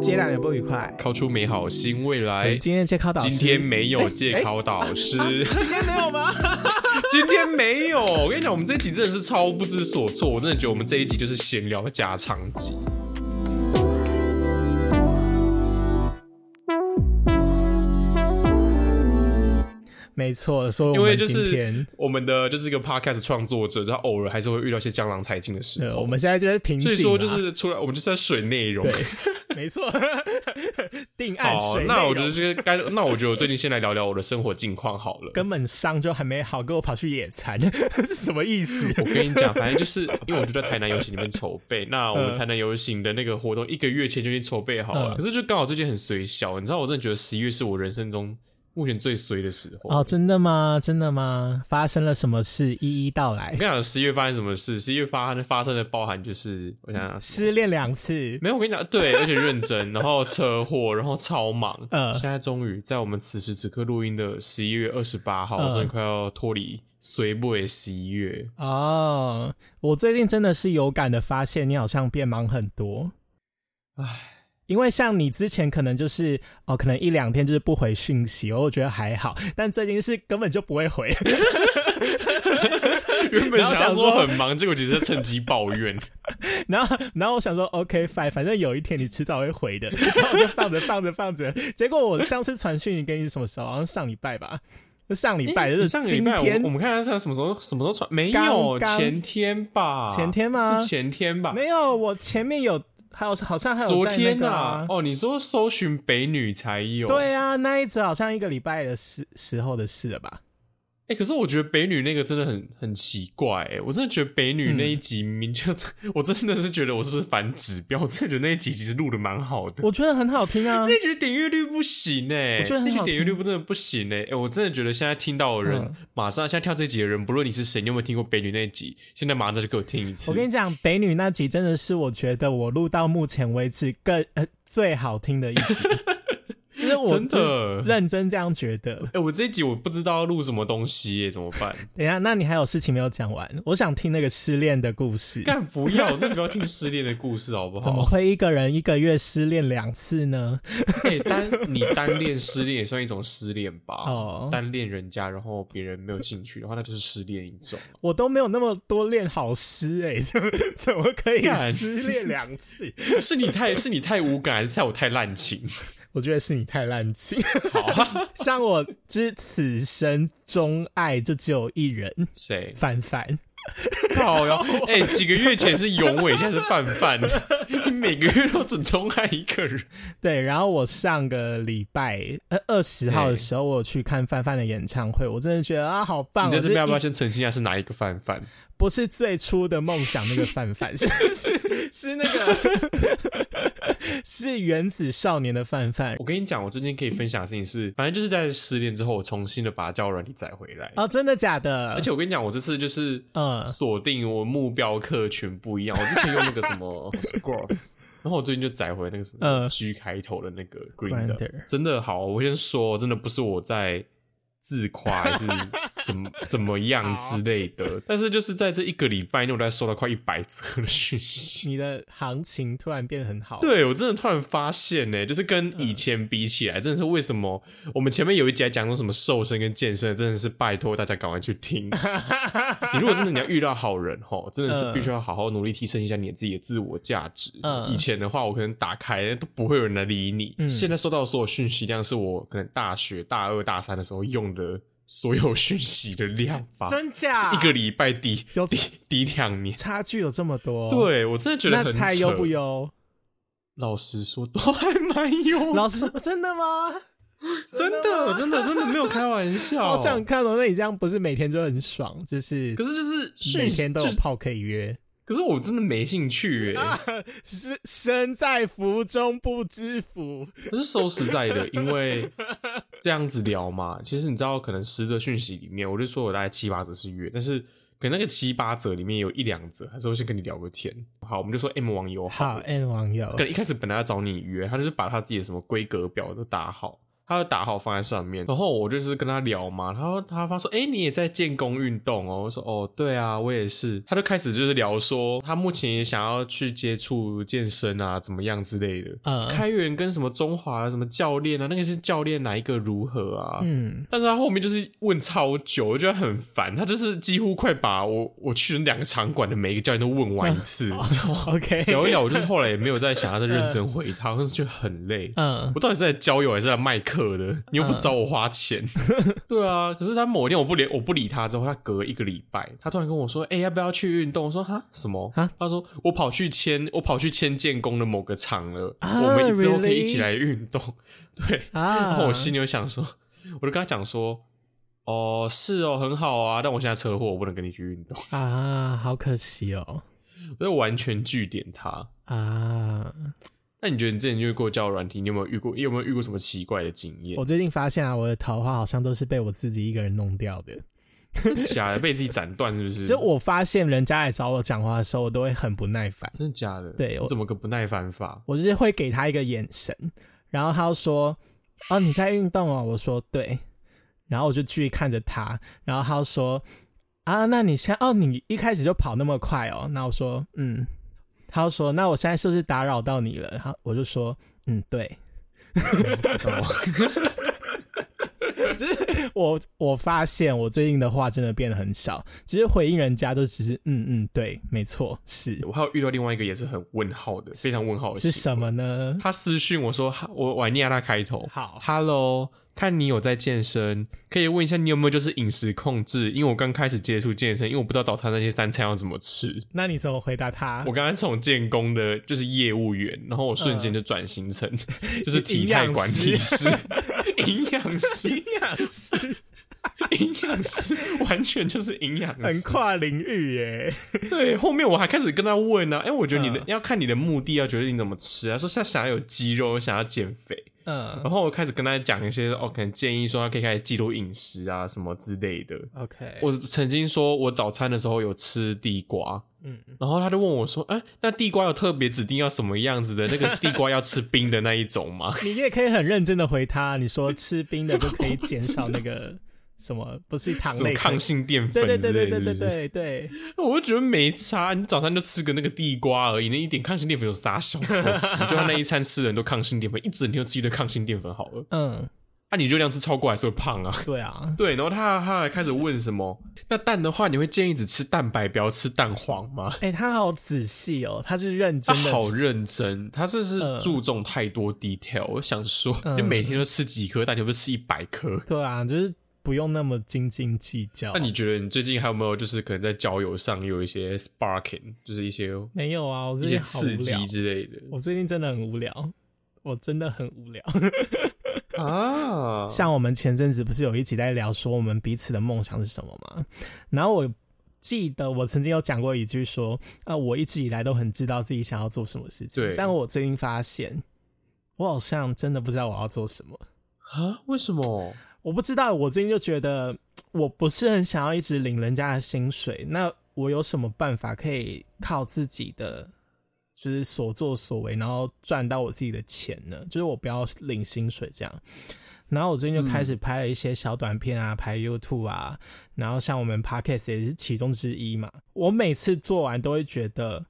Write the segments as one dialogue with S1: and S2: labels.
S1: 接两年不愉快。
S2: 考出美好新未来。
S1: 哎今天借考导师，
S2: 哎
S1: 哎
S2: 今天没有借考导师，
S1: 今天没有吗？
S2: 今天没有。我跟你讲，我们这一集真的是超不知所措，我真的觉得我们这一集就是闲聊加长集。
S1: 没错，所以
S2: 因
S1: 我
S2: 为
S1: 们
S2: 就
S1: 今
S2: 是
S1: 天，
S2: 我们的就是一个 podcast 创作者，他偶尔还是会遇到一些江郎才尽的事。
S1: 呃，我们现在就在平静
S2: 所
S1: 啊，
S2: 以说，就是出来，我们就是在水内容。
S1: 对，没错， 定案
S2: 好
S1: 水，内容。
S2: 哦那我觉得这个该，那我觉得我最近先来聊聊我的生活近况好了。
S1: 根本伤就还没好，给我跑去野餐， 是什么意思？
S2: 我跟你讲，反正就是因为我就在台南游行里面筹备，那我们台南游行的那个活动一个月前就已经筹备好了，
S1: 嗯
S2: 可是就刚好最近很随小，你知道，我真的觉得十一月是我人生中目前最随的时候。
S1: 哦，真的吗？真的吗？发生了什么事？一一道来
S2: 我。跟你讲，十一月发生什么事？十一月发发生的包含就是，我想想，
S1: 失恋两次，
S2: 没有，我跟你讲，对，而且认真，然后车祸，然后超忙。
S1: 嗯
S2: 现在终于在我们此时此刻录音的十一月二十八号，我真的
S1: 嗯
S2: 快要脱离随不为十一月。
S1: 哦，我最近真的是有感的发现，你好像变忙很多。
S2: 唉，
S1: 因为像你之前可能就是哦，可能一两天就是不回讯息，我觉得还好，但最近是根本就不会回。
S2: 原本
S1: 然后
S2: 想要
S1: 想
S2: 说
S1: 说
S2: 很忙，结果其实在趁机抱怨。
S1: 然后，然后我想说，OK fine，反正有一天你迟早会回的， 然后我就放着放着放着。结果我上次传讯你跟你什么时候？好像上礼拜吧，是上 礼拜、就是
S2: 上个礼
S1: 今
S2: 拜我
S1: 天
S2: 们我们看看上什么时候什么时候传，没
S1: 刚
S2: 有
S1: 刚
S2: 前天吧？
S1: 前天吗
S2: 是前天吧？
S1: 没有，我前面有，还有好像还有
S2: 啊昨
S1: 在
S2: 天
S1: 那个
S2: 啊
S1: 啊？
S2: 哦，你说搜寻北女才有？
S1: 对啊，那一则好像一个礼拜的时时候的事了吧？
S2: 哎、可是我觉得北女那个真的很很奇怪、欸，我真的觉得北女那一集明明就， 我真的是觉得我是不是反指标？我 真的觉得那一集其实录的蛮好的，
S1: 我觉得很好听啊，
S2: 那一集点阅率不行哎、
S1: 我觉得很
S2: 那
S1: 好听
S2: 集点阅率不真的不行哎、欸我真的觉得现在听到的人，
S1: 嗯
S2: 马上现在跳这一集的人，不论你是谁，你有没有听过北女那一集，现在马上就给我听一次。
S1: 我跟你讲，北女那集真的是我觉得我录到目前为止更呃最好听的一 集。其实我
S2: 真的
S1: 认真这样觉得。
S2: 哎、我这一集我不知道要录什么东西耶，怎么办？
S1: 等一下，那你还有事情没有讲完？我想听那个失恋的故事。
S2: 干哦不要，我真的不要听失恋的故事，好不
S1: 怎么
S2: 好？
S1: 会一个人一个月失恋两次呢？
S2: 哎、单你单恋失恋也算一种失恋吧？
S1: 哦
S2: 单恋人家，然后别人没有兴趣的话，那就是失恋一种。
S1: 我都没有那么多恋好诗哎、怎么 怎么可以
S2: 干
S1: 失恋两次？
S2: 是你太是你太无感，还是太我太滥情？
S1: 我觉得是你太滥情。
S2: 好，啊
S1: 像我之此生钟爱就只有一人，
S2: 谁？
S1: 范范。
S2: 好呀！哎、几个月前是永伟，现在是范范， 你每个月都只钟爱一个人。
S1: 对，然后我上个礼拜呃二十号的时候，我有去看范范的演唱会，我真的觉得啊，好棒！
S2: 你在
S1: 我
S2: 这
S1: 是
S2: 边要不要
S1: 一
S2: 先澄清一下是哪一个范范？
S1: 不是最初的梦想那个范 范，是是是那个 是原子少年的范范
S2: 我跟你讲，我最近可以分享的事情是，反正就是在失恋之后，我重新的把交友软体载回来。
S1: 哦，真的假的？
S2: 而且我跟你讲，我这次就是
S1: 嗯
S2: 锁定我目标客群不一样。我之前用那个什么 Scroll，然后我最近就载回那个什么
S1: 嗯
S2: G 开头的那个 Green 的，
S1: Grindr
S2: 真的好。我先说，真的不是我在自夸，还是怎么怎么样之类的。但是就是在这一个礼拜内，我大概收到快一百则的讯息。
S1: 你的行情突然变得很好，
S2: 对，我真的突然发现呢、就是跟以前比起
S1: 嗯
S2: 来，真的是为什么我们前面有一集还讲说什么瘦身跟健身，真的是拜托大家赶快去 听。你如果真的你要遇到好人吼，真的是必须要好好努力提升一下你自己的自我价值。
S1: 嗯
S2: 以前的话，我可能打开都不会有人来理你。
S1: 嗯
S2: 现在收到的所有讯息量，是我可能大学大二大三的时候用的所有讯息的量吧。
S1: 真假
S2: 一个礼拜抵
S1: 有
S2: 抵抵两年，
S1: 差距有这么多？，
S2: 对我真的觉得
S1: 那
S2: 很
S1: 菜
S2: 扯
S1: 优不优？
S2: 老实说，都还蛮有，
S1: 老师说，真的吗？
S2: 真的，真的，真的没有开玩笑。
S1: 好想看哦！那你这样不是每天就很爽？就是
S2: 可是就是
S1: 每
S2: 讯息
S1: 天都有
S2: 就
S1: 炮可以约，
S2: 可是我真的没兴趣哎、
S1: 是身在福中不知福。
S2: 可是说实在的，因为这样子聊嘛，其实你知道，可能十则讯息里面，我就说我大概七八则是约，但是可能那个七八则里面有一两则还是会先跟你聊个天。好，我们就说 M 网友好
S1: 好
S2: 了，
S1: ，N 网友
S2: 可能一开始本来要找你约，他就是把他自己的什么规格表都打好。他的打号放在上面，然后我就是跟他聊嘛，然后他发说，哎、你也在建工运动哦，我说哦，对啊，我也是，他就开始就是聊说他目前也想要去接触健身啊，怎么样之类的，
S1: 嗯
S2: 开源跟什么中华什么教练啊，那个是教练哪一个如何啊，
S1: 嗯，
S2: 但是他后面就是问超久，我觉得很烦。他就是几乎快把我我去的两个场馆的每一个教练都问完一
S1: 哦
S2: 次，你知道吗
S1: OK，
S2: 聊一聊，我就是后来也没有再想要再认真回他，我就是觉得很累。
S1: 嗯
S2: 我到底是在交友还是在卖课的？你又不找我花钱，对啊。可是他某一天我不理我不理他之后，他隔一个礼拜，他突然跟我说：“哎、要不要去运动？”我说：“哈什么
S1: 啊？”
S2: 他说：“我跑去签我跑去签建工的某个场了，
S1: 啊
S2: 我们之后可以
S1: really？
S2: 一起来运动。”对，然
S1: 啊，
S2: 后我心里就想说，我就跟他讲说，哦，是哦，很好啊，但我现在车祸，我不能跟你去运动，
S1: 啊，好可惜哦
S2: 我就完全据点他。
S1: 啊！
S2: 那你觉得你之前就是过交友软体，你有没有遇过？你有没有遇过什么奇怪的经验
S1: 我？最近发现啊，我的桃花好像都是被我自己一个人弄掉的。
S2: 真假的被自己斩断是不是？
S1: 就我发现人家来找我讲话的时候，我都会很不耐烦。
S2: 真的假的？
S1: 对我
S2: 你怎么个不耐烦法？
S1: 我就是会给他一个眼神，然后他就说：“哦，你在运动哦。”我说：“对。”然后我就继续看着他，然后他就说：“啊，那你现在哦，你一开始就跑那么快哦？”那我说：“嗯。”他就说：“那我现在是不是打扰到你了？”然后我就说：“嗯，对。
S2: 哦”
S1: 我我发现我最近的话真的变得很少，只是回应人家都只是“嗯嗯，对，没错，是
S2: 我还有遇到另外一个也是很问号的，非常问号的
S1: 是
S2: 行为
S1: 什么呢
S2: 他私讯我说，哈我我还念他开头，
S1: 好
S2: ，Hello，看你有在健身，可以问一下你有没有就是饮食控制？因为我刚开始接触健身，因为我不知道早餐那些三餐要怎么吃。？”
S1: 那你怎么回答他？
S2: 我刚刚从建工的就是业务员，然后我瞬
S1: 嗯
S2: 间就转 型成、就是体态管理师、营养师、
S1: 养师
S2: 营养师，完全就是营养师。
S1: 很跨领域耶。
S2: 对，后面我还开始跟他问呢、啊，哎、我觉得你的、
S1: 嗯
S2: 要看你的目的，要决定你怎么吃啊。说像想要有肌肉，想要减肥，
S1: 嗯
S2: 然后我开始跟他讲一些哦，可能建议说他可以开始记录饮食啊什么之类的。
S1: ，OK，
S2: 我曾经说我早餐的时候有吃地瓜，
S1: 嗯。
S2: 然后他就问我说：“哎、那地瓜有特别指定要什么样子的？那个地瓜要吃冰的那一种 吗
S1: 你也可以很认真的回他，你说吃冰的就可以减少那个什么，不是？”糖
S2: 什么
S1: 类
S2: 抗性淀
S1: 对对
S2: 粉
S1: 对
S2: 之类
S1: 对
S2: 的，
S1: 对对
S2: 是不是？
S1: 对对，
S2: 我就觉得没差，你早餐就吃个那个地瓜而已，那一点抗性淀粉有啥小？你就算那一餐吃了很多抗性淀粉，一整天就吃一堆抗性淀粉好 了。
S1: 嗯，
S2: 那、啊你热量吃超过还是会胖啊？
S1: 对啊，
S2: 对，然后他他还开始问什么？那蛋的话，你会建议只吃蛋白，不要吃蛋黄吗？
S1: 哎、他好仔细哦，他是认
S2: 他
S1: 真的，
S2: 好认真，他这是
S1: 嗯
S2: 注重太多 detail、我想说，
S1: 嗯
S2: 你每天都吃几颗蛋，你会不会吃一百颗？
S1: 对啊，就是不用那么斤斤计较。
S2: 那你觉得你最近还有没有就是可能在交友上有一些 sparking，就是一些
S1: 没有啊？我
S2: 一
S1: 最
S2: 些
S1: 近好无
S2: 刺
S1: 聊
S2: 激，之类的
S1: 我最近真的很无聊，我真的很无聊。
S2: 啊？
S1: 像我们前阵子不是有一起在聊说我们彼此的梦想是什么吗？然后我记得我曾经有讲过一句说，啊、我一直以来都很知道自己想要做什么事情
S2: 对，
S1: 但我最近发现，我好像真的不知道我要做什么。
S2: 啊？为什么？
S1: 我不知道，我最近就觉得我不是很想要一直领人家的薪水。那我有什么办法可以靠自己的，就是所作所为，然后赚到我自己的钱呢？就是我不要领薪水这样。然后我最近就开始拍了一些小短片啊，拍 YouTube 啊，然后像我们 Podcast 也是其中之一嘛。我每次做完都会觉得，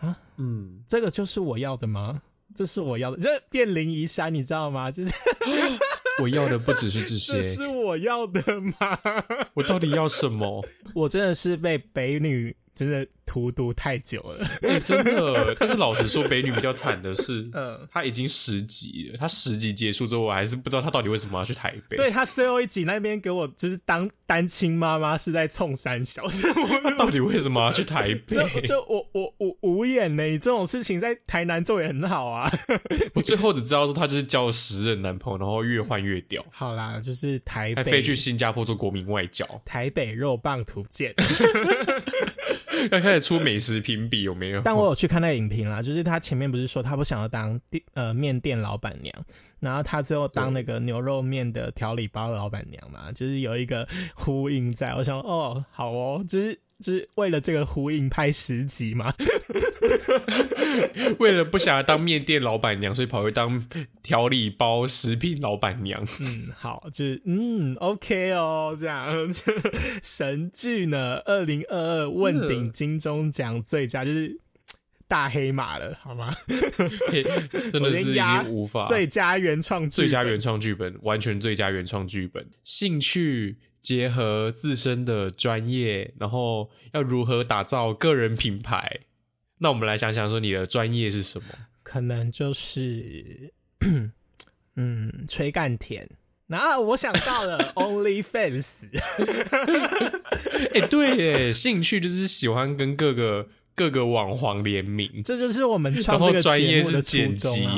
S2: 嗯，
S1: 这个就是我要的吗？这是我要的，这变林移山，你知道吗？就是
S2: 我要的不只是这
S1: 这
S2: 些，
S1: 是我要的吗？
S2: 我到底要什么？
S1: 我真的是被北女真的荼毒太久了。
S2: 欸真的，但是老实说，北女比较惨的是，
S1: 嗯
S2: 她已经十集了，她十集结束之后，我还是不知道她到底为什么要去台北。
S1: 对，她最后一集那边给我就是当单亲妈妈是在冲三 小，
S2: 她到底为什么要去台
S1: 就
S2: 北？
S1: 就我我我无眼呢、这种事情在台南做也很好啊。
S2: 我最后只知道说，她就是交了十任男朋友，然后越换越屌，
S1: 好啦，就是台
S2: 还飞
S1: 北
S2: 去新加坡做国民外交，
S1: 台北肉棒图鉴，
S2: 要开始出美食评比，有没有？
S1: 但我有去看那个影评啦，就是她前面不是说她不想要当店呃面店老板娘，然后她最后当那个牛肉面的调理包老板娘嘛，就是有一个呼应在。我想哦，好哦，就是就是为了这个呼应拍十集嘛？
S2: 为了不想要当面店老板娘，所以跑去当调理包食品老板娘。
S1: 嗯，好，就是嗯，OK 哦，这样神剧呢，二零二二问鼎金钟奖最佳就是大黑马了，好吗？
S2: 嘿真的是已经无法
S1: 最佳原创剧
S2: 最
S1: 本
S2: 佳原创剧本，完全最佳原创剧本，兴趣结合自身的专业，然后要如何打造个人品牌。那我们来想想说，你的专业是什么？
S1: 可能就是， 嗯，吹干甜。然后我想到 了 OnlyFans，
S2: 哎、对耶，兴趣就是喜欢跟各个各个网黄联名，
S1: 这就是我们
S2: 然
S1: 创
S2: 后
S1: 这个
S2: 专
S1: 节
S2: 业
S1: 目的
S2: 是
S1: 初
S2: 剪
S1: 衷
S2: 辑，
S1: 啊。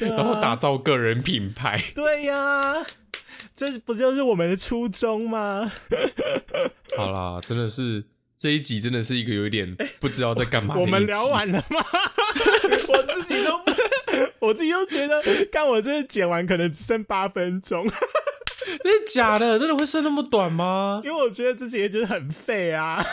S1: 对啊
S2: 然后打造个人品牌。
S1: 对呀、这不就是我们的初衷吗？
S2: 好啦，真的是这一集真的是一个有一点不知道在干嘛的一
S1: 我
S2: 集。
S1: 们聊完了吗？ 我自己都不，我自己都觉得，看我这剪完可能只剩八分钟，
S2: 真的假的？真的会剩那么短吗？
S1: 因为我觉得自己也觉得很废啊。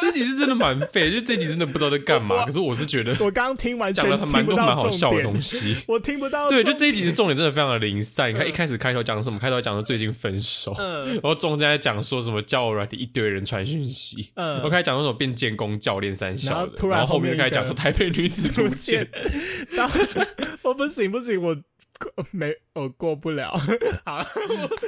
S2: 这集是真的蛮废，就这集真的不知道在干嘛。可 是我是觉得
S1: 我刚听完全
S2: 讲了很
S1: 听
S2: 蛮
S1: 不
S2: 多
S1: 到
S2: 蛮好
S1: 重
S2: 笑的 东
S1: 点，
S2: 西。嗯
S1: 我听不到重
S2: 对，
S1: 点。
S2: 就这一集的重点真的非常的零散。你看一开始开头讲什么？开头讲说最近分手，
S1: 嗯
S2: 然后中间在讲说什么交友软体一堆人传讯息，
S1: 嗯
S2: 然后开始讲说什么变监工教练三小的，
S1: 然后突然
S2: 后面就开始讲说
S1: 后
S2: 台北女子
S1: 不
S2: 图
S1: 见
S2: 鉴，，
S1: 然后 我不行不行，我过没我过不了。 好，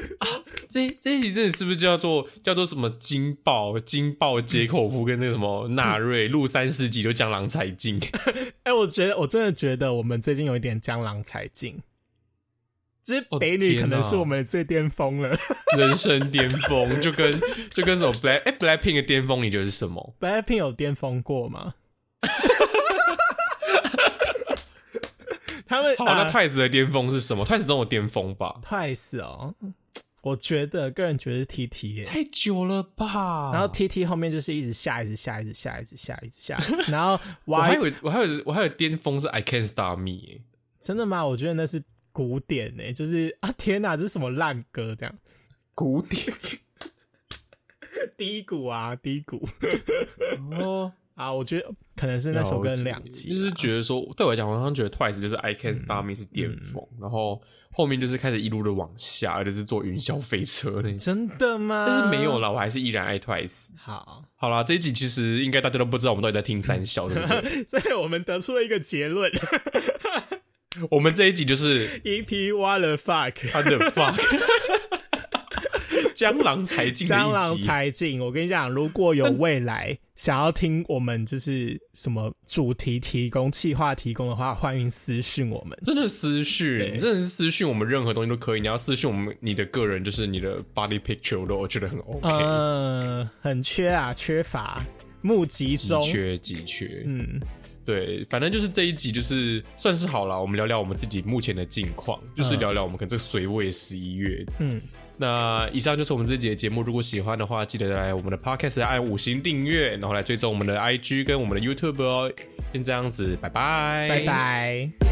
S2: 这这一集真的是不是叫做叫做什么惊爆惊爆杰口夫跟那个什么纳 瑞录三十集都江郎才尽，
S1: 哎、我觉得我真的觉得我们最近有一点江郎才尽，其实
S2: 哦
S1: 北女可
S2: 天
S1: 能
S2: 哪
S1: 是我们最巅峰了。
S2: 人生巅峰，就跟就跟什么 Black 哎 Blackpink 的巅峰，你觉得是什么？
S1: Blackpink 有巅峰过 吗？他们
S2: 好，啊
S1: 呃
S2: 哦那 Twice 的巅峰是什么？Twice 总有巅峰吧？
S1: Twice 哦，我觉得个人觉得是 TT 耶、
S2: 太久了吧？
S1: 然后 TT 后面就是一直下，一直下，一直下，一直下，一直下。 然后
S2: 我还
S1: Y
S2: 有我还有我还有巅峰是 I Can Stop Me，耶
S1: 真的吗？我觉得那是古典呢、就是啊，天哪，这是什么烂歌？这样
S2: 古典
S1: 低谷啊，低谷
S2: 哦，
S1: 啊，我觉得可能 是那首歌很两极
S2: 就
S1: 啊，嗯
S2: 是觉得说对我来讲，我好像觉得 Twice 就是 I Can Stop Me 是巅峰，然后后面就是开始一路的往下，而且是坐云霄飞车那种。
S1: 真的吗？
S2: 但是没有啦，我还是依然爱 Twice。
S1: 好，
S2: 好啦，这一集其实应该大家都不知道我们到底在听三小，对不 对？
S1: 所以我们得出了一个结论
S2: 我们这一集就是
S1: ：EP What the fuck，
S2: 他的 fuck，江郎才尽的
S1: 江
S2: 一
S1: 郎
S2: 集。
S1: 才尽。我跟你讲，如果有未来想要听我们就是什么主题提供、企划提供的话，欢迎私讯我们。
S2: 真的私讯，真的是私讯我们任何东西都可以。你要私讯我们你的个人，就是你的 body picture 都我觉得很 OK。
S1: 嗯、很缺啊，缺乏募集
S2: 急
S1: 中。
S2: 缺急缺，
S1: 嗯，
S2: 对，反正就是这一集就是算是好了，我们聊聊我们自己目前的近况，就是聊聊我们可能这个随位十一月。
S1: 嗯，
S2: 那以上就是我们这集的节目，如果喜欢的话，记得来我们的 podcast 按五星订阅，然后来追踪我们的 IG 跟我们的 YouTube 哦。先这样子，拜拜，
S1: 拜拜。